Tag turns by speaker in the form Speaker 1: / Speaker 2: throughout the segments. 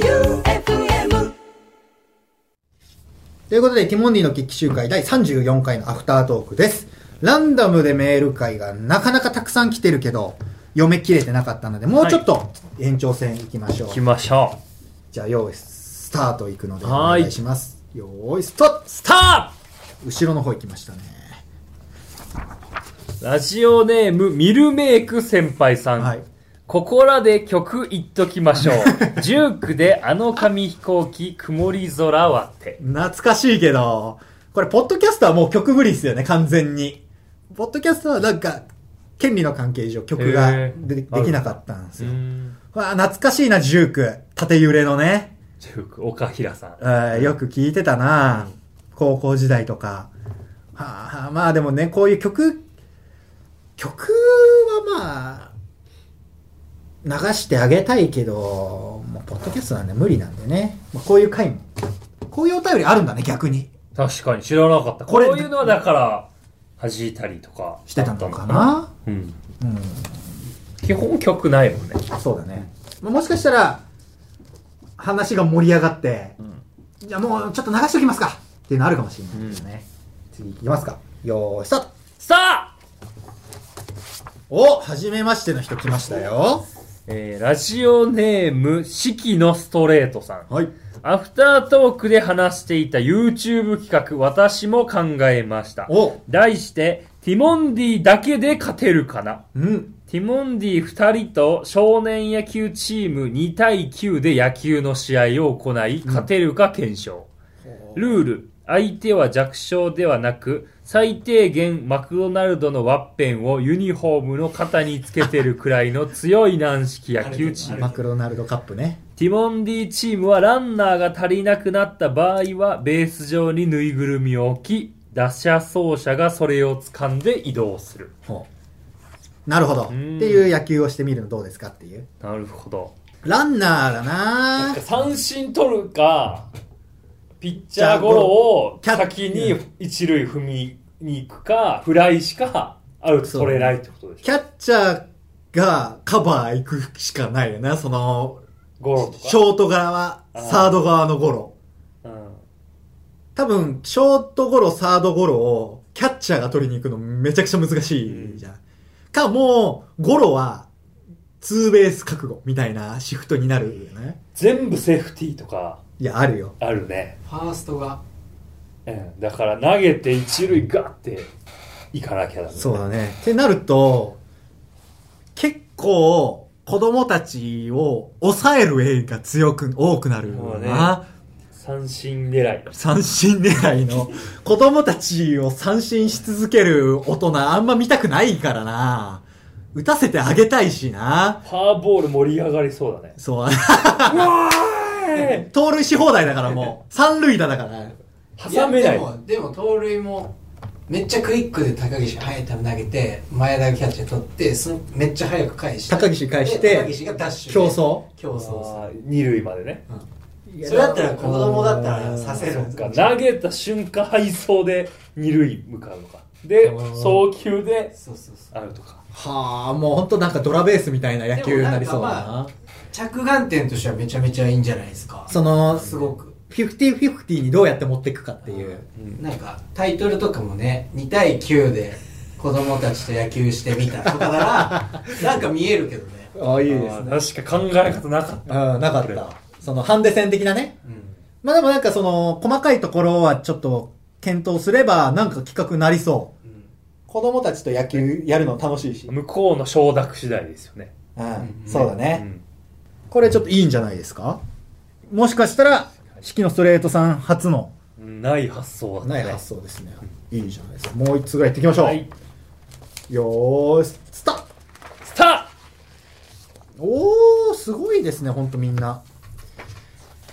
Speaker 1: J-O-E-U-F-M
Speaker 2: ということで、ティモンディの決起集会第34回のアフタートークです。ランダムでメール会がなかなかたくさん来てるけど、読めきれてなかったので、もうちょっと延長戦いきましょう。
Speaker 3: 行きましょ
Speaker 2: じゃあ、用意、スタートいくので、お
Speaker 3: はい
Speaker 2: 願いします。用意、スタート
Speaker 3: う。スタ
Speaker 2: 後ろの方行きましたね。
Speaker 3: ートラジオネーム、ミルメイク先輩さん。
Speaker 2: はい。
Speaker 3: ここらで曲言っときましょう。19で あの紙飛行機、曇り空はって。
Speaker 2: 懐かしいけど、これ、ポッドキャストはもう曲無理ですよね、完全に。ポッドキャストはなんか、権利の関係上曲が
Speaker 3: へ
Speaker 2: でで
Speaker 3: ーある
Speaker 2: きなかったんですよ。
Speaker 3: ん。
Speaker 2: わあ、懐かしいな、ジューク。縦揺れのね。
Speaker 3: 19、岡平さん。
Speaker 2: えーよく聞いてたな、高校時代とか。はあ、まあでもね、こういう曲、曲はまあ、流してあげたいけど、もうポッドキャストなんで無理なんでね。まあ、こういう回も。こういうお便りあるんだね、逆に。
Speaker 3: 確かに知らなかった。
Speaker 2: こ
Speaker 3: こ
Speaker 2: れ
Speaker 3: ういうのはだから、弾いたりとか。
Speaker 2: してたのかな
Speaker 3: うん。
Speaker 2: うん。
Speaker 3: 基本曲ないもんね。
Speaker 2: そうだね。まあもしかしたら、話が盛り上がって、じゃあもうちょっと流しておきますかっていうのあるかもしれないですね。次いきますか。よーい、スタート
Speaker 3: さあ
Speaker 2: お、初めましての人来ましたよ。
Speaker 3: えー、ラジオネーム、四季のストレートさん。
Speaker 2: はい。
Speaker 3: アフタートークで話していた YouTube 企画、私も考えました。
Speaker 2: お、
Speaker 3: 題して、ティモンディだけで勝てるかな。
Speaker 2: うん。
Speaker 3: ティモンディ2人と少年野球チーム2対9で野球の試合を行い、勝てるか検証。ルール。相手は弱小ではなく、最低限マクドナルドのワッペンをユニフォームの肩につけてるくらいの強い軟式野球チーム。
Speaker 2: マクロナルドカップね。
Speaker 3: ティモンディチームはランナーが足りなくなった場合は、ベース上にぬいぐるみを置き、打者走者がそれを掴んで移動する。
Speaker 2: ほう。なるほど。って
Speaker 3: ん
Speaker 2: いう野球をしてみるのどうですかっていう。
Speaker 3: なるほど。
Speaker 2: ランナーだな
Speaker 3: 三振取るか、ピッチ
Speaker 2: ャーゴロ
Speaker 3: を
Speaker 2: キャッ先に
Speaker 3: 一塁踏みに行くか、フライしかアウ
Speaker 2: ト取れない
Speaker 3: ってことで
Speaker 2: キャッチャーがカバー行くしかないよな。その、
Speaker 3: ゴロ
Speaker 2: ショート側、
Speaker 3: あー
Speaker 2: サード側のゴロ。多分、ショートゴロ、サードゴロを、キャッチャーが取りに行くのめちゃくちゃ難しいじゃん。か、もう、ゴロは、ツーベース覚悟みたいなシフトになるよね。
Speaker 3: 全部セーフティーとか
Speaker 2: いや、あるよ。
Speaker 3: あるね。
Speaker 4: ファーストが
Speaker 3: うん、だから投げて一塁ガッて行かなきゃだもんね
Speaker 2: そうだね。ってなると、結構、子供たちを抑える絵が強く、多くなるよな。
Speaker 3: 三振狙い
Speaker 2: 三振狙いの、子供たちを三振し続ける大人、あんま見たくないからな。打たせてあげたいしな。
Speaker 3: ファーボール盛り上がりそうだね
Speaker 2: そう。
Speaker 3: え
Speaker 2: 盗塁し放題だからもう。三塁打だから。
Speaker 3: ー挟めない
Speaker 4: やでもでも盗塁もめっちゃクイックで高岸が速い球投げて前田がキャッチャー取ってそのめっちゃ速く返して
Speaker 2: 高岸返して
Speaker 4: で高岸がダッシュ
Speaker 2: 競
Speaker 4: で
Speaker 2: 争
Speaker 4: 競争そ
Speaker 3: あー二塁までね
Speaker 4: うそれだったら子供だったらさせる
Speaker 3: そっか投げた瞬間配送で二塁向かうのかで送球で
Speaker 4: そうそうそう
Speaker 3: アウトか
Speaker 2: はあ、もうほんとなんかドラベースみたいな野球になりそうだ
Speaker 4: でも
Speaker 2: な。
Speaker 4: 着眼点としてはめちゃめちゃいいんじゃないですか
Speaker 2: その、
Speaker 4: すごく
Speaker 2: 50-50にどうやって持っていくかっていう。
Speaker 4: なんかタイトルとかもね2対9で子供たちと野球してみたとか ならなんか見えるけどね
Speaker 2: ああ、いいですね。
Speaker 3: 確か考え方なかっ
Speaker 2: うん、なかった。その、ハンデ戦的なね。
Speaker 4: うん
Speaker 2: まあでもなんかその、細かいところはちょっと検討すれば、なんか企画なりそう。
Speaker 4: うん
Speaker 2: 子供たちと野球やるの楽しいし。
Speaker 3: た向こうの承諾次第ですよね
Speaker 2: うん、そうだ
Speaker 3: う
Speaker 2: ね。
Speaker 3: ん
Speaker 2: これちょっといいんじゃないですかもしかしたら、式のストレートさん初の
Speaker 3: ない発想だった
Speaker 2: な
Speaker 3: ね
Speaker 2: い発想ですね。いいじゃないですか。もう一つぐらい行っていきましょう。
Speaker 3: はい
Speaker 2: よーし、スタート
Speaker 3: スター
Speaker 2: おー、すごいですね、ほんとみんな。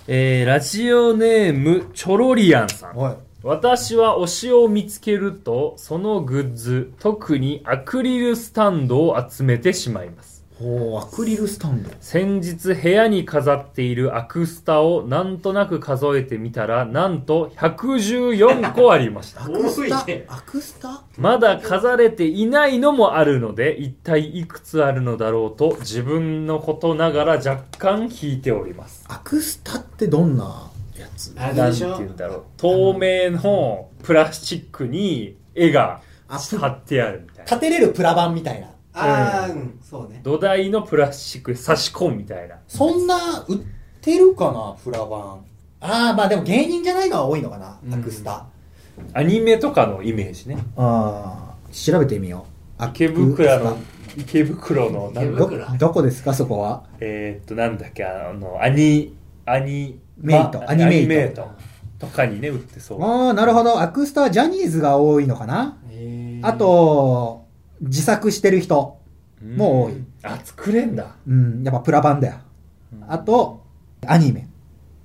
Speaker 3: えー、ラジオネームチョロリアンさん
Speaker 2: はい。
Speaker 3: 私は推しを見つけるとそのグッズ特にアクリルスタンドを集めてしまいます
Speaker 2: ほうアクリルスタンド
Speaker 3: 先日部屋に飾っているアクスタをなんとなく数えてみたらなんと114個ありました
Speaker 2: アクスタ
Speaker 4: 多いね
Speaker 2: アクスタ
Speaker 3: まだ飾れていないのもあるので一体いくつあるのだろうと自分のことながら若干引いております
Speaker 2: アクスタってどんなやつ
Speaker 4: あれ
Speaker 3: な
Speaker 4: で
Speaker 3: ん
Speaker 4: してょ
Speaker 3: 言うんだろう透明のプラスチックに絵が
Speaker 2: あ
Speaker 3: 貼ってあるみたいな
Speaker 5: 立てれるプラ板みたいな。
Speaker 4: あー、うん、そうね。
Speaker 3: 土台のプラスチックに差し込むみたいな
Speaker 5: そんな、売ってるかな、プラ板。ああ、まあでも芸人じゃないのは多いのかな、
Speaker 4: うん
Speaker 5: アクスタ。
Speaker 3: アニメとかのイメージね
Speaker 2: ああ調べてみよう
Speaker 3: 池袋の池袋のなん
Speaker 4: 池
Speaker 3: か
Speaker 2: ど
Speaker 4: 袋
Speaker 2: どこですかそこは
Speaker 3: えー、っとなんだっけあのアニアニ
Speaker 2: メイト
Speaker 3: ま
Speaker 2: アニメイト
Speaker 3: とかにね売ってそう
Speaker 2: ああなるほどアクスタはジャニーズが多いのかな
Speaker 4: えー
Speaker 2: あ、と自作してる人
Speaker 3: うん
Speaker 2: もう多い
Speaker 3: あ作れんだ
Speaker 2: うんやっぱプラ版だよあとアニメ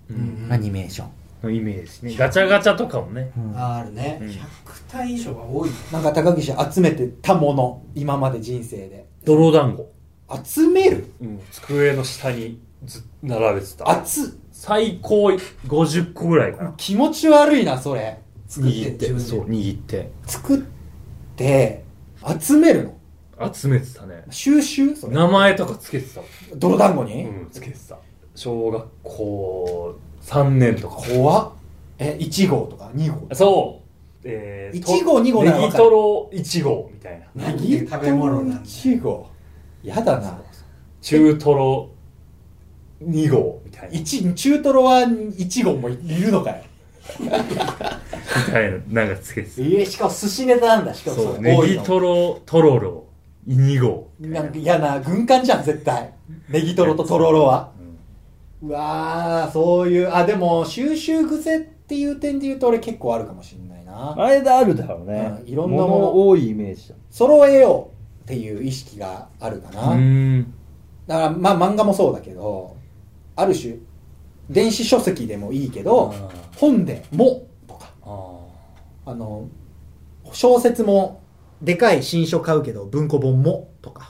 Speaker 3: う
Speaker 4: うんん
Speaker 2: アニメーション
Speaker 3: のイメージですねガチャガチャとかもね
Speaker 2: うん
Speaker 4: あーあるね、
Speaker 3: うん
Speaker 4: 100体以上が多いね
Speaker 5: なんか高岸集めてたもの、今まで人生で。
Speaker 3: 泥団子、
Speaker 5: 集める
Speaker 3: うん、机の下にず並べてた
Speaker 5: 集、
Speaker 3: 最高50個ぐらいかな
Speaker 5: 気持ち悪いな、それ。
Speaker 4: 作って自分で
Speaker 3: そう握って
Speaker 5: 作って、集めるの。
Speaker 3: 集めてたね
Speaker 5: 収集それ。
Speaker 3: 名前とかつけてたも
Speaker 5: 泥団子に、
Speaker 3: ん、うん、つけてた小学校3年とか
Speaker 5: 怖っ。え、1号とか2号
Speaker 3: そうえと
Speaker 5: 1号2号なら
Speaker 3: ネ
Speaker 5: わ
Speaker 3: ギ
Speaker 5: かる
Speaker 3: トロ1号みたいな
Speaker 4: 何ていう食べ物なんだ
Speaker 5: 1号。やだな。
Speaker 3: 中トロ2号みたいな
Speaker 5: 一中トロは1号もいるのかよ。
Speaker 3: みたいななんかつけてた
Speaker 5: ええ、しかも寿司ネタなんだ、しかも
Speaker 3: そう
Speaker 5: れ
Speaker 3: ネ
Speaker 5: 多い
Speaker 3: ギ
Speaker 5: の
Speaker 3: トロとろろ2号
Speaker 5: なんか嫌な軍艦じゃん、絶対。ネギトロととろろは。うわー、そういう、あ、でも、収集癖っていう点で言うと俺結構あるかもしんないな。
Speaker 3: あれであるだろう
Speaker 5: うんいろんなもの物
Speaker 3: 多いイメージだ
Speaker 5: 揃えようっていう意識があるかな。
Speaker 3: うん
Speaker 5: だから、まあ漫画もそうだけど、ある種、電子書籍でもいいけど、本でも、とか、あの、小説も、
Speaker 2: でかい新書買うけど文庫本もとか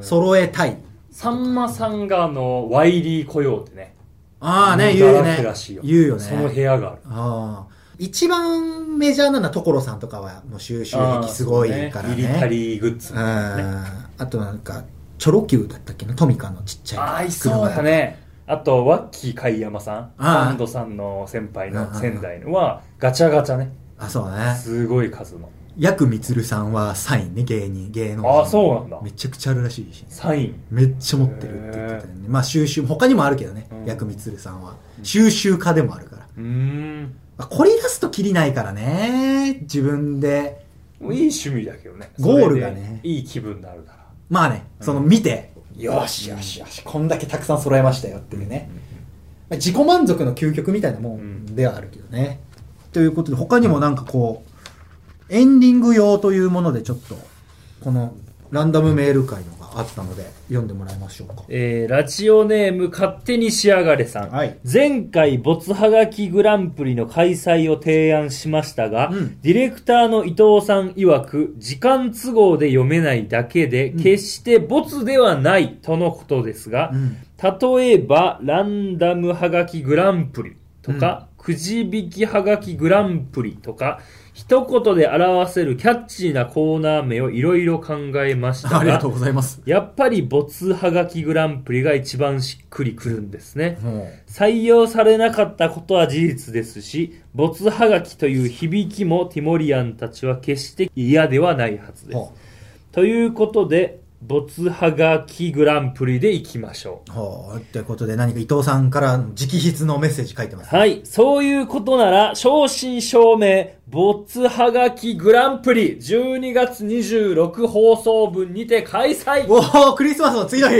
Speaker 3: そう
Speaker 2: 揃えたい
Speaker 3: さんまさんがあのワイリー雇用ってね
Speaker 2: ああね
Speaker 3: うん
Speaker 2: 言うよ
Speaker 3: だらけ
Speaker 2: ね
Speaker 3: らしいよ
Speaker 2: 言うよね
Speaker 3: その部屋がある
Speaker 2: ああ一番メジャーなのは所さんとかはもう収集癖すごいからね
Speaker 3: ミリタリーグッズ
Speaker 2: うんあとなんかチョロ Q だったっけなトミカのちっちゃい
Speaker 3: ああいそうだねあとワッキー貝山さん
Speaker 2: あー
Speaker 3: サンドさんの先輩
Speaker 2: うんうん
Speaker 3: の
Speaker 2: うん
Speaker 3: 仙台のはガチャガチャね
Speaker 2: あそうね
Speaker 3: すごい数の
Speaker 2: ヤクミツルさんはサインね芸人芸能人
Speaker 3: ああそうなんだ
Speaker 2: めちゃくちゃあるらしいしね
Speaker 3: サイン
Speaker 2: めっちゃ持ってるって言ってたよねまあ収集他にもあるけどね
Speaker 3: うん
Speaker 2: ヤクミツルさんは収集家でもあるから
Speaker 3: うーん
Speaker 2: まあこれ出すとキリないからね自分で
Speaker 3: いい趣味だけどね
Speaker 2: ゴールがね
Speaker 3: それでいい気分になるなら
Speaker 2: まあねその見て
Speaker 5: よしよしよし、こんだけたくさん揃えましたよっていうね。
Speaker 2: まあ自己満足の究極みたいなもんではあるけどね。ということで、他にもなんかこう、エンディング用というものでちょっと、このランダムメール会のがあったので、読んでもらいましょうか。
Speaker 3: えーラジオネーム勝手に仕上がれさん、
Speaker 2: はい
Speaker 3: 前回没はがきグランプリの開催を提案しましたが、
Speaker 2: うん
Speaker 3: ディレクターの伊藤さん曰く時間都合で読めないだけで、
Speaker 2: ん
Speaker 3: 決して没ではないとのことですが、
Speaker 2: うん。
Speaker 3: 例えばランダムはがきグランプリとか、くじ引きはがきグランプリとか一言で表せるキャッチーなコーナー名をいろいろ考えましたが
Speaker 2: ありがとうございます。
Speaker 3: やっぱり没はがきグランプリが一番しっくりくるんですね。
Speaker 2: も
Speaker 3: 採用されなかったことは事実ですし、没はがきという響きもティモリアンたちは決して嫌ではないはず
Speaker 2: う、
Speaker 3: です
Speaker 2: ほ。
Speaker 3: ということで、没はがきグランプリでいきましょう。
Speaker 2: う。ほう。ということで、何か伊藤さんから直筆のメッセージ書いてます。
Speaker 3: はい、そういうことなら、正真正銘、没はがきグランプリ12月26放送分にて開催
Speaker 2: おおクリスマスの次の日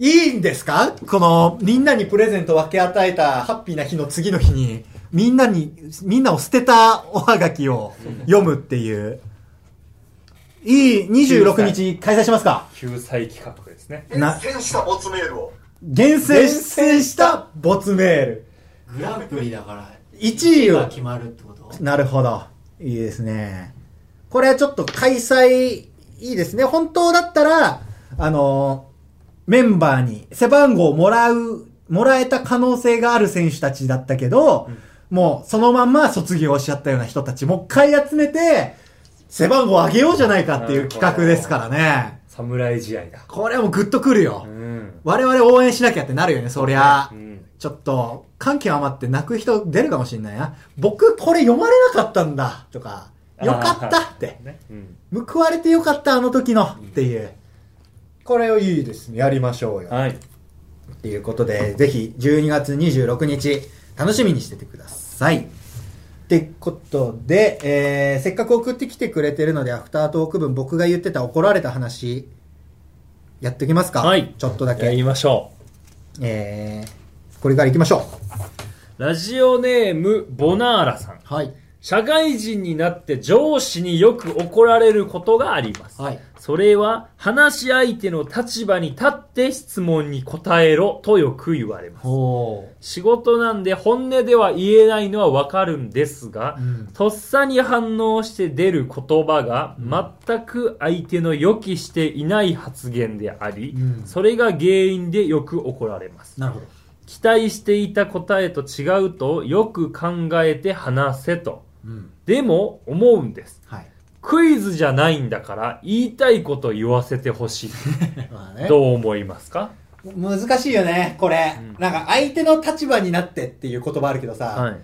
Speaker 2: いいんですかこの、みんなにプレゼント分け与えたハッピーな日の次の日に、みんなに、みんなを捨てたおはがきを読むっていう。いい26日開催しますか
Speaker 3: 救済企画ですね。
Speaker 2: な
Speaker 6: 厳選したボツメールを
Speaker 2: 厳選した没メール。
Speaker 4: グランプリだから、
Speaker 2: 1位
Speaker 4: が
Speaker 2: を。
Speaker 4: 決まるってこと
Speaker 2: なるほど。いいですね。これはちょっと開催、いいですね。本当だったら、あのーメンバーに背番号をもらう、もらえた可能性がある選手たちだったけど、もうそのまんま卒業しちゃったような人たち、もう一回集めて、背番号を上げようじゃないかっていう企画ですからね。
Speaker 3: 侍試合だ。
Speaker 2: これはもうグッとくるよ。
Speaker 3: うん。
Speaker 2: 我々応援しなきゃってなるよね、そりゃ。
Speaker 3: うん。
Speaker 2: ちょっと、歓喜余って泣く人出るかもしんないな。僕、これ読まれなかったんだとか、よかったって。
Speaker 3: ね。うん。
Speaker 2: 報われてよかった、あの時のっていう。これをいいですね。やりましょうよ。
Speaker 3: はい。
Speaker 2: っていうことで、ぜひ、12月26日、楽しみにしててください。ってことで、えー、せっかく送ってきてくれてるので、アフタートーク分、僕が言ってた怒られた話、やってきますか
Speaker 3: はい
Speaker 2: ちょっとだ
Speaker 3: や
Speaker 2: け。
Speaker 3: りましょ
Speaker 2: えー、これから行きましょ
Speaker 3: う。ラジオネーム、ボナーラさん。
Speaker 2: う。はい。
Speaker 3: 社会人になって上司によく怒られることがあります。
Speaker 2: はい。
Speaker 3: それは、話し相手の立場に立って質問に答えろとよく言われます。
Speaker 2: ほう。
Speaker 3: 仕事なんで本音では言えないのはわかるんですが、
Speaker 2: うん
Speaker 3: とっさに反応して出る言葉が全く相手の予期していない発言であり、
Speaker 2: うん
Speaker 3: それが原因でよく怒られます。
Speaker 2: なるほど。
Speaker 3: 期待していた答えと違うとよく考えて話せと。
Speaker 2: うん。
Speaker 3: でも思うんです。
Speaker 2: はい。
Speaker 3: クイズじゃないんだから言いたいこと言わせてほしい。
Speaker 2: まあね
Speaker 3: どう思いますか
Speaker 2: 難しいよね、これ、
Speaker 3: うん
Speaker 2: なんか相手の立場になってっていう言葉あるけど
Speaker 3: は
Speaker 2: さ、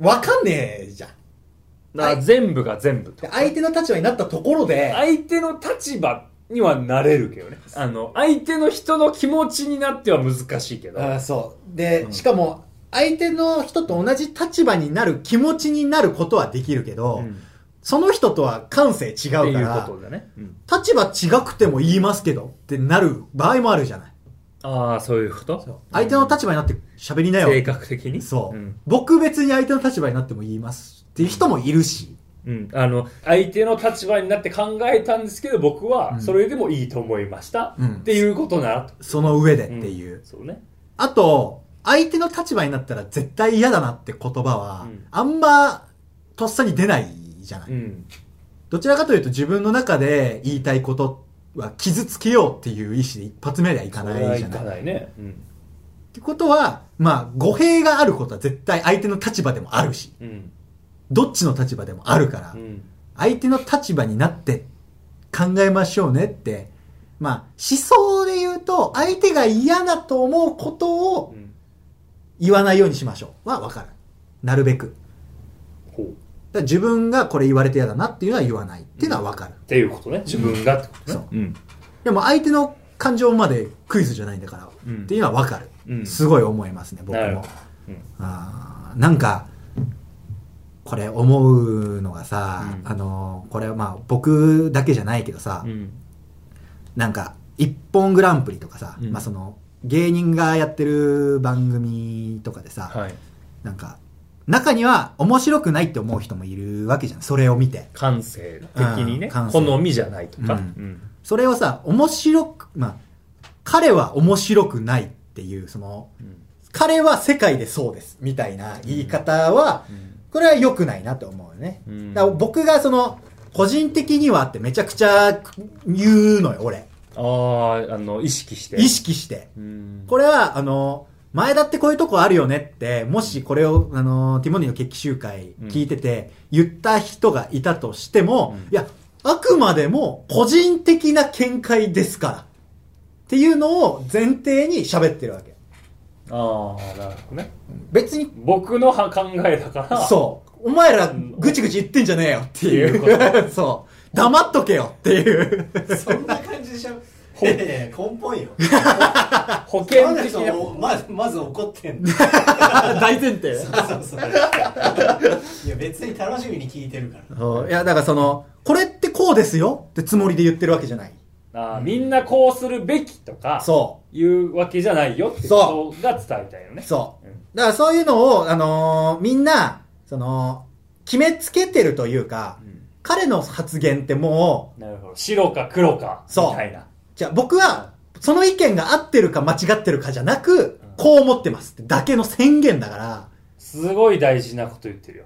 Speaker 3: い。
Speaker 2: わ、かんねえじゃん。
Speaker 3: だから
Speaker 2: はい
Speaker 3: 全部が全部ってこと
Speaker 2: で相手の立場になったところで、
Speaker 3: 相手の立場にはなれるけどね。あの、相手の人の気持ちになっては難しいけど。
Speaker 2: あそう。で、
Speaker 3: うん
Speaker 2: しかも、相手の人と同じ立場になる気持ちになることはできるけど、
Speaker 3: うんっ
Speaker 2: その人とは感性違
Speaker 3: て
Speaker 2: うか
Speaker 3: いう
Speaker 2: ら
Speaker 3: こ、とだね。うん
Speaker 2: 立場違くても言いますけどってなる場合もあるじゃない。
Speaker 3: ああ、そういうこと
Speaker 2: 相手の立場になって喋りなよ。
Speaker 3: 性格的に。
Speaker 2: そう、
Speaker 3: うん。
Speaker 2: 僕別に相手の立場になっても言いますっていう人もいるし。
Speaker 3: うん。あの、相手の立場になって考えたんですけど、僕
Speaker 2: う
Speaker 3: は
Speaker 2: ん
Speaker 3: それでもいいと思いました。
Speaker 2: うん
Speaker 3: っていうことならと。
Speaker 2: その上でっていう。
Speaker 3: んそうね。
Speaker 2: あと、相手の立場になったら絶対嫌だなって言葉は、
Speaker 3: うん
Speaker 2: あんま、とっさに出ないじゃない、
Speaker 3: うん。
Speaker 2: どちらかというと自分の中で言いたいことは傷つけようっていう意思で一発目ではいかないじゃ
Speaker 3: それはい
Speaker 2: ない
Speaker 3: か
Speaker 2: っ
Speaker 3: ないね。うん。
Speaker 2: てことは、まあ、語弊があることは絶対相手の立場でもあるし、
Speaker 3: うん。
Speaker 2: どっちの立場でもあるから、
Speaker 3: うん。
Speaker 2: 相手の立場になって考えましょうねって、まあ、思想で言うと、相手が嫌だと思うことを
Speaker 3: うん
Speaker 2: 言わないようにしましょうはわかる。なるべく。
Speaker 3: ほう。っ
Speaker 2: だから自分がこれ言われて嫌だなっていうのは言わないっていうのはわかる。
Speaker 3: ていうことね。自分がってことね。うん。
Speaker 2: でも相手の感情までクイズじゃないんだから、
Speaker 3: うん
Speaker 2: っていうのはわかる、
Speaker 3: うん
Speaker 2: すごい思いますね、僕
Speaker 3: なる
Speaker 2: も
Speaker 3: ほ。ど。うん。
Speaker 2: あーなんか、これ思うのがさ、
Speaker 3: うん
Speaker 2: あのー、これはまあ僕だけじゃないけどさ、
Speaker 3: うん。
Speaker 2: なんか、一本グランプリとかさ、
Speaker 3: うん
Speaker 2: まあその、芸人がやってる番組とかでさ、
Speaker 3: はい。
Speaker 2: なんか、中には面白くないって思う人もいるわけじゃん。それを見て。
Speaker 3: 感性的に
Speaker 2: う
Speaker 3: ね
Speaker 2: ん感性
Speaker 3: 好みじゃないとか、
Speaker 2: うん
Speaker 3: うん
Speaker 2: それをさ、面白く、まあ、彼は面白くないっていう、その、彼は世界でそうです、みたいな言い方は、これは良くないなと思うよね。
Speaker 3: うん
Speaker 2: だから僕がその、個人的にはってめちゃくちゃ言うのよ、俺。
Speaker 3: あああの意識して
Speaker 2: 意識して。
Speaker 3: うん
Speaker 2: これは、あの、前だってこういうとこあるよねって、もしこれを、あの、ティモニーの決起集会聞いてて、言った人がいたとしても、い
Speaker 3: うん
Speaker 2: や、あくまでも個人的な見解ですから。っていうのを前提に喋ってるわけ。
Speaker 3: ああなるほどね
Speaker 2: 別に、
Speaker 3: 僕のは考えだから
Speaker 2: そう。お前らぐちぐち言ってんじゃねえよってい
Speaker 3: っていう
Speaker 2: う。 そう。黙っとけよっていう。
Speaker 4: そんな感じでしょいやいやいや根本よ
Speaker 3: 保険
Speaker 4: なんで
Speaker 3: 的
Speaker 4: そ
Speaker 3: な
Speaker 4: のまずまず怒っ てんの
Speaker 2: 大前提。
Speaker 4: そうそうそういや別に楽しみに聞いてるから
Speaker 2: そういや、だからその、これってこうですよってつもりで言ってるわけじゃない。
Speaker 3: あーみんなこうするべきとか
Speaker 2: そう。
Speaker 3: いうわけじゃないよってことが伝えたいよね
Speaker 2: そう
Speaker 3: うん。
Speaker 2: だからそういうのを、あのーみんな、その、決めつけてるというか、
Speaker 3: ん
Speaker 2: 彼の発言ってもう、
Speaker 3: なるほど白か黒かみ
Speaker 2: そう
Speaker 3: たいな
Speaker 2: じゃあ僕は、その意見が合ってるか間違ってるかじゃなく、こう思ってますってだけの宣言だか
Speaker 3: すごい大事なこと言ってるよ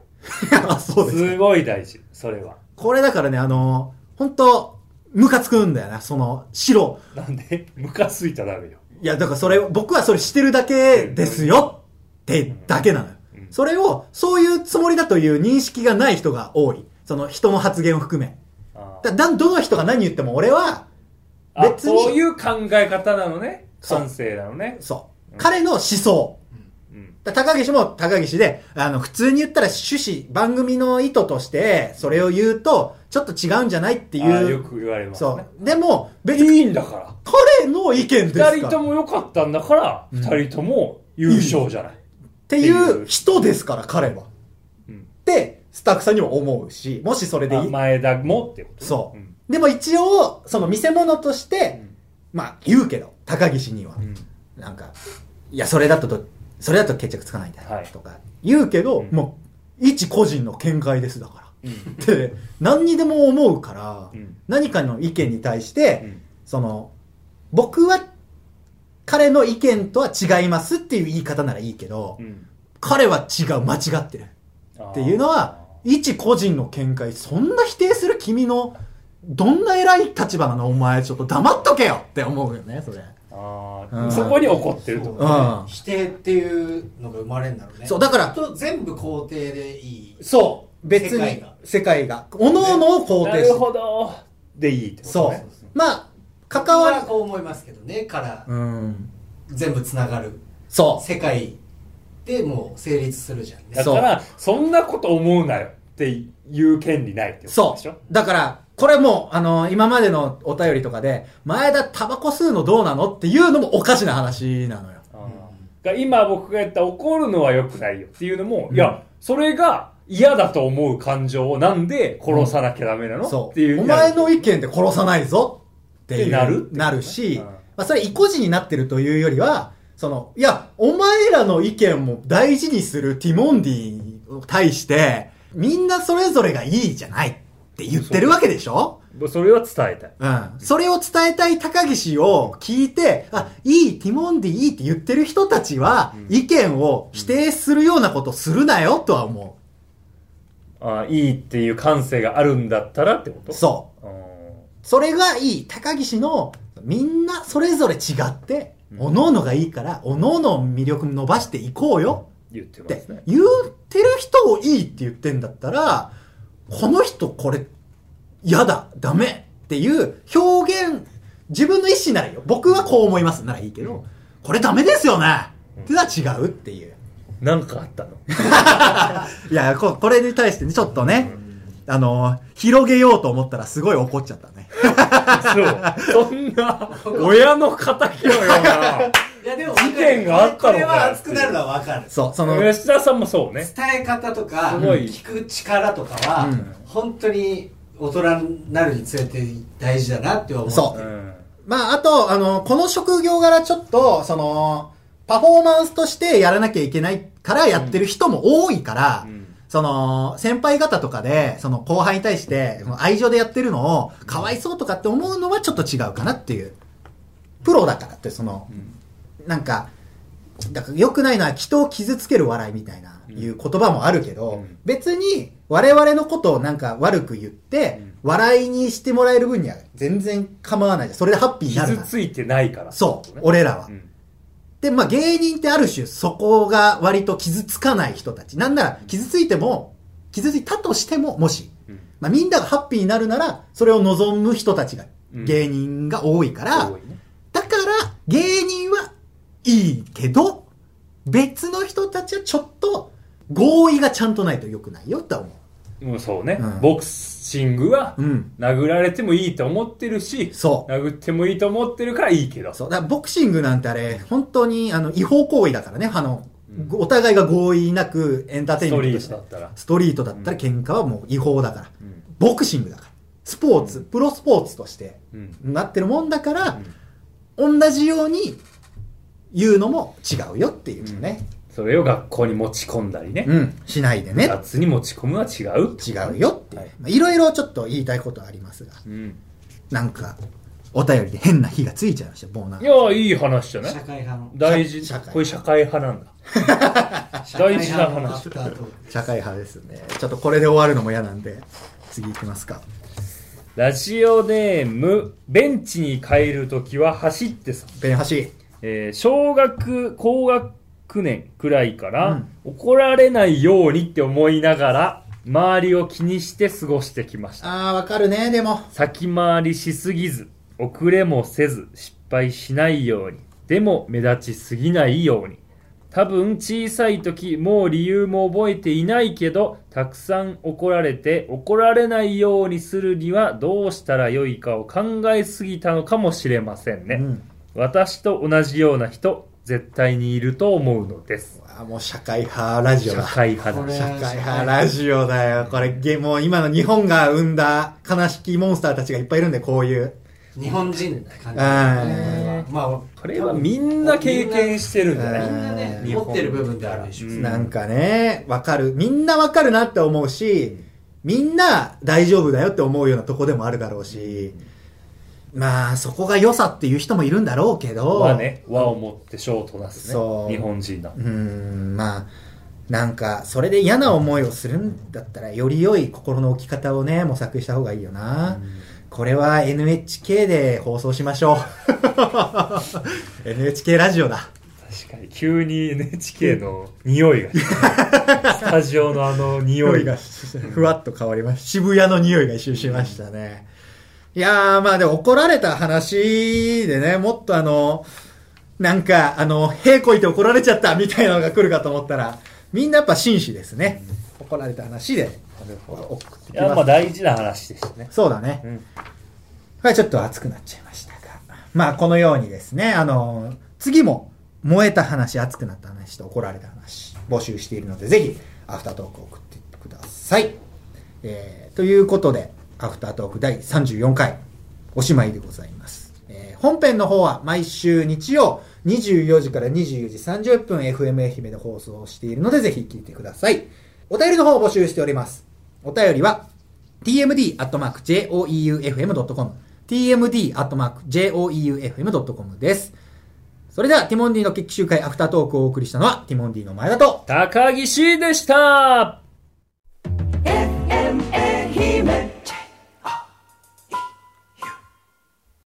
Speaker 2: ら、あそうです
Speaker 3: す
Speaker 2: か。
Speaker 3: ごい大事それは
Speaker 2: これだからね、あのー本当ムカつくんだよな、その、白。
Speaker 3: なんで ムカついたらダメよ。
Speaker 2: いや、だからそれ、僕はそれしてるだけですよってだけなのよ
Speaker 3: うん。
Speaker 2: それを、そういうつもりだという認識がない人が多い。その人の発言を含め。
Speaker 3: あー
Speaker 2: だ、だどの人が何言っても俺は、
Speaker 3: あ、
Speaker 2: 別に
Speaker 3: そういう考え方なのね。
Speaker 2: そう
Speaker 3: 感性なのね。
Speaker 2: そう。彼の思想。
Speaker 3: うん。
Speaker 2: だ高岸も高岸で、あの、普通に言ったら趣旨、番組の意図として、それを言うと、ちょっと違うんじゃないって
Speaker 3: あ
Speaker 2: い
Speaker 3: ー
Speaker 2: う。
Speaker 3: よく言われます
Speaker 2: そ
Speaker 3: ね。
Speaker 2: う。でも、別
Speaker 3: い
Speaker 2: に、
Speaker 3: いんだか。
Speaker 2: 彼の意見ですからら。
Speaker 3: 二人とも良かったんだから、
Speaker 2: うん
Speaker 3: 二人とも優勝じゃない。
Speaker 2: っていう人ですから、彼は。
Speaker 3: うん
Speaker 2: って、スタッフさんにも思うし、もしそれでい
Speaker 3: あ
Speaker 2: い。
Speaker 3: 前田もってことね
Speaker 2: そう、
Speaker 3: ん
Speaker 2: でも一応、その見せ物として、まあ言うけど、高岸には。
Speaker 3: うん
Speaker 2: なんか、いや、それだとど、それだと決着つかないんだよ、
Speaker 3: はい
Speaker 2: とか言うけど、
Speaker 3: うん
Speaker 2: もう、一個人の見解ですだか
Speaker 3: うん
Speaker 2: ら。って、何にでも思うから、
Speaker 3: うん
Speaker 2: 何かの意見に対し
Speaker 3: う
Speaker 2: て、
Speaker 3: ん
Speaker 2: その、僕は、彼の意見とは違いますっていう言い方ならいいけど、
Speaker 3: うん
Speaker 2: 彼は違う、間違ってる。っていうのは、一個人の見解、そんな否定する君の、どんな偉い立場なのお前、ちょっと黙っとけよって思うよね、それ。
Speaker 3: あー
Speaker 2: うん
Speaker 3: そこに怒ってるってこ
Speaker 2: う
Speaker 3: と
Speaker 2: ん
Speaker 4: 否定っていうのが生まれるんだろうね
Speaker 2: そう、だから、
Speaker 4: と全部肯定でいい
Speaker 2: そう、別
Speaker 4: 世
Speaker 2: に
Speaker 4: 界が、
Speaker 2: 世界が、おのおのを肯
Speaker 3: な
Speaker 2: 定
Speaker 3: る
Speaker 2: して、
Speaker 3: ほどでいいってこと
Speaker 2: そ
Speaker 3: ね
Speaker 2: う。まあ、関わ
Speaker 4: 僕は
Speaker 2: り、
Speaker 4: こう思いますけどねから
Speaker 2: うん。
Speaker 4: 全部つながる
Speaker 2: そ
Speaker 4: 世界でもう成立するじゃんね
Speaker 3: だからそんなこと思うなよっていう権利ないっ
Speaker 2: う、
Speaker 3: てこと
Speaker 2: そ
Speaker 3: でしょ
Speaker 2: う。だから、これもう、あの、今までのお便りとかで、前田タバコ吸うのどうなのっていうのもおかしな話なのよ。
Speaker 3: あーが今僕が言った怒るのは良くないよっていうのも、いやそれが嫌だと思う感情をなんで殺さなきゃダメなの、
Speaker 2: そ。
Speaker 3: っていうう
Speaker 2: お前の意見で殺さないぞっていう
Speaker 3: ってなるってことね
Speaker 2: なるし、
Speaker 3: うん
Speaker 2: まあそれ意固地になってるというよりは、その、いや、お前らの意見も大事にするティモンディを対して、みんなそれぞれがいいじゃないって言ってるわけでしょ
Speaker 3: それは伝えたい
Speaker 2: うん。それを伝えたい高岸を聞いて、あ、いい、ティモンディいいって言ってる人たちは、意見を否定するようなことするなよとは思
Speaker 3: あーいいっていう感性があるんだったらってこ
Speaker 2: う。
Speaker 3: と
Speaker 2: そう。
Speaker 3: うん
Speaker 2: それがいい高岸のみんなそれぞれ違って、
Speaker 3: うん
Speaker 2: おのおのがいいからおのおのの魅力伸ばしていこうよ
Speaker 3: 言って
Speaker 2: っ
Speaker 3: ま
Speaker 2: て
Speaker 3: すね
Speaker 2: 言ってる人をいいって言ってんだったらこの人これ嫌だダメっていう表現自分の意思ならいいよ僕はこう思いますならいいけど、これダメですよねってのは違うっていう
Speaker 3: なんかあっ たの
Speaker 2: いやここれに対してねちょっとね、あの広げようと思ったらすごい怒っちゃったね
Speaker 3: そう。 そんな、親の敵のような。
Speaker 4: いやでも
Speaker 3: 事件があったのか
Speaker 4: これは熱くなるのは分かる
Speaker 2: そうその
Speaker 3: 吉田さんもそうね。
Speaker 4: 伝え方とか
Speaker 3: すごい
Speaker 4: 聞く力とかは、
Speaker 2: うん
Speaker 4: 本当に大人になるにつれて大事だなって思う
Speaker 2: そう
Speaker 3: うん。
Speaker 2: まあ、あと、あの、この職業柄ちょっと、その、パフォーマンスとしてやらなきゃいけないからやってる人も多いから、
Speaker 3: うん
Speaker 2: その、先輩方とかで、その後輩に対して、その愛情でやってるのを、かわいそうとかって思うのはちょっと違うかなっていう。プロだからって、その、なんか、だから良くないのは人を傷つける笑いみたいな、
Speaker 3: ん
Speaker 2: いう言葉もあるけど、
Speaker 3: うん
Speaker 2: 別に我々のことをなんか悪く言って、
Speaker 3: うん
Speaker 2: 笑いにしてもらえる分には全然構わないじゃん。それでハッピーになる
Speaker 3: 傷
Speaker 2: なら
Speaker 3: ついてないから。
Speaker 2: そう、俺らは。
Speaker 3: うん。
Speaker 2: で、まあ芸人ってある種そこが割と傷つかない人たち。なんなら傷ついても、傷ついたとしても、もし、
Speaker 3: うん
Speaker 2: まあみんながハッピーになるなら、それを望む人たちが、
Speaker 3: うん
Speaker 2: 芸人が多いから、
Speaker 3: 多いね
Speaker 2: だから芸人はいいけど、別の人たちはちょっと合意がちゃんとないと良くないよって思
Speaker 3: うんそうね
Speaker 2: うん。
Speaker 3: ボクシングは
Speaker 2: う。、うん。
Speaker 3: 殴られてもいいと思ってるし、
Speaker 2: そう。
Speaker 3: 殴ってもいいと思ってるからいいけど。
Speaker 2: そう。だからボクシングなんてあれ、本当に、あの、違法行為だからね。あの、
Speaker 3: うん
Speaker 2: お互いが合意なくエンターテイ
Speaker 3: ス
Speaker 2: ンメン
Speaker 3: ト
Speaker 2: ト
Speaker 3: リ
Speaker 2: と
Speaker 3: ー
Speaker 2: し
Speaker 3: ト
Speaker 2: て
Speaker 3: だ。ったら。
Speaker 2: ストリートだったら喧嘩はもう違法だから。
Speaker 3: うん
Speaker 2: ボクシングだから。スポーツ、プロスポーツとして
Speaker 3: うん。
Speaker 2: なってるもんだから、同じように言うのも違うよっていうのね。
Speaker 3: それを学校に持ち込んだりね
Speaker 2: う。ん。しないでね。
Speaker 3: 雑に持ち込むは違う。
Speaker 2: 違うよっていう
Speaker 3: はい
Speaker 2: まあいろいろちょっと言いたいことはありますが、
Speaker 3: うん。
Speaker 2: なんか、お便りで変な火がついちゃいました、ボーナ
Speaker 3: い
Speaker 2: ー。
Speaker 3: や、いい話じゃない
Speaker 4: 社会派の
Speaker 3: 大事
Speaker 2: 社社会
Speaker 3: これ社会派なんだ。
Speaker 4: 社会
Speaker 3: 大事な話
Speaker 4: 派のアフタートーク
Speaker 2: 社会派ですね。ちょっとこれで終わるのも嫌なんで、次行きますか。
Speaker 3: ラジオネーム、ベンチに帰るときは走ってさん。
Speaker 2: ペン橋。
Speaker 3: えー小学、高学年くらいから、怒られないようにって思いながら、周りを気にして過ごしてきました。
Speaker 2: ああ、わかるね、でも。
Speaker 3: 先回りしすぎず、遅れもせず、失敗しないように。でも目立ちすぎないように。多分小さい時、もう理由も覚えていないけど、たくさん怒られて、怒られないようにするにはどうしたらよいかを考えすぎたのかもしれませんね。
Speaker 2: うん。
Speaker 3: 私と同じような人、絶対にいると思うのです。
Speaker 2: あーもう社会派ラジオ
Speaker 3: 社
Speaker 2: だ。
Speaker 3: 会派
Speaker 4: こ
Speaker 3: だ
Speaker 4: れ
Speaker 2: 社会派ラジオだよ。これ、ゲもう今の日本が生んだ悲しきモンスターたちがいっぱいいるんで、こういう。
Speaker 4: 日本人って感じだねこれ
Speaker 2: あ
Speaker 4: はまあ
Speaker 3: これはみんな経験してるんだ
Speaker 4: みん
Speaker 3: ね。
Speaker 4: なね
Speaker 3: 日本
Speaker 4: 持ってる部分ってあるでしょ
Speaker 3: う
Speaker 2: ーなんかね、わかる。みんなわかるなって思うし、みんな大丈夫だよって思うようなとこでもあるだろうし、まあ、そこが良さっていう人もいるんだろうけど、
Speaker 3: 和ね、和を持って書をとなす
Speaker 2: そう
Speaker 3: ね。日本人だ。
Speaker 2: うーん、まあ、なんか、それで嫌な思いをするんだったら、より良い心の置き方をね、模索した方がいいよな。これは NHK で放送しまし ょう。NHK ラジオだ。
Speaker 3: 確かに、急に NHK の匂 いがしてるスタジオのあの匂いが。
Speaker 2: ふわっと変わりました。渋谷の匂いが一周しましたね。いやー、まあでも怒られた話でね、もっとあの、なんか、あの、へこいて怒られちゃったみたいなのが来るかと思ったら、みんなやっぱ紳士ですね。怒られた話で送って
Speaker 3: い
Speaker 2: き
Speaker 3: や、ま
Speaker 2: ま
Speaker 3: あ
Speaker 2: す。
Speaker 3: 大事な話ですね。
Speaker 2: そうだね。
Speaker 3: うん
Speaker 2: はい、ちょっと熱くなっちゃいましたが。まあ、このようにですね、あの、次も、燃えた話、熱くなった話と怒られた話、募集しているので、ぜひ、アフタートークを送ってください。えーということで、アフタートーク第34回、おしまいでございます。えー本編の方は毎週日曜24時から24時30分 FM 愛媛で放送しているのでぜひ聞いてください。お便りの方を募集しております。お便りは tmd.joeufm.com tmd.joeufm.com です。それでは、ティモンディの決起集会アフタートークをお送りしたのは、ティモンディの前田と、
Speaker 3: 高岸でした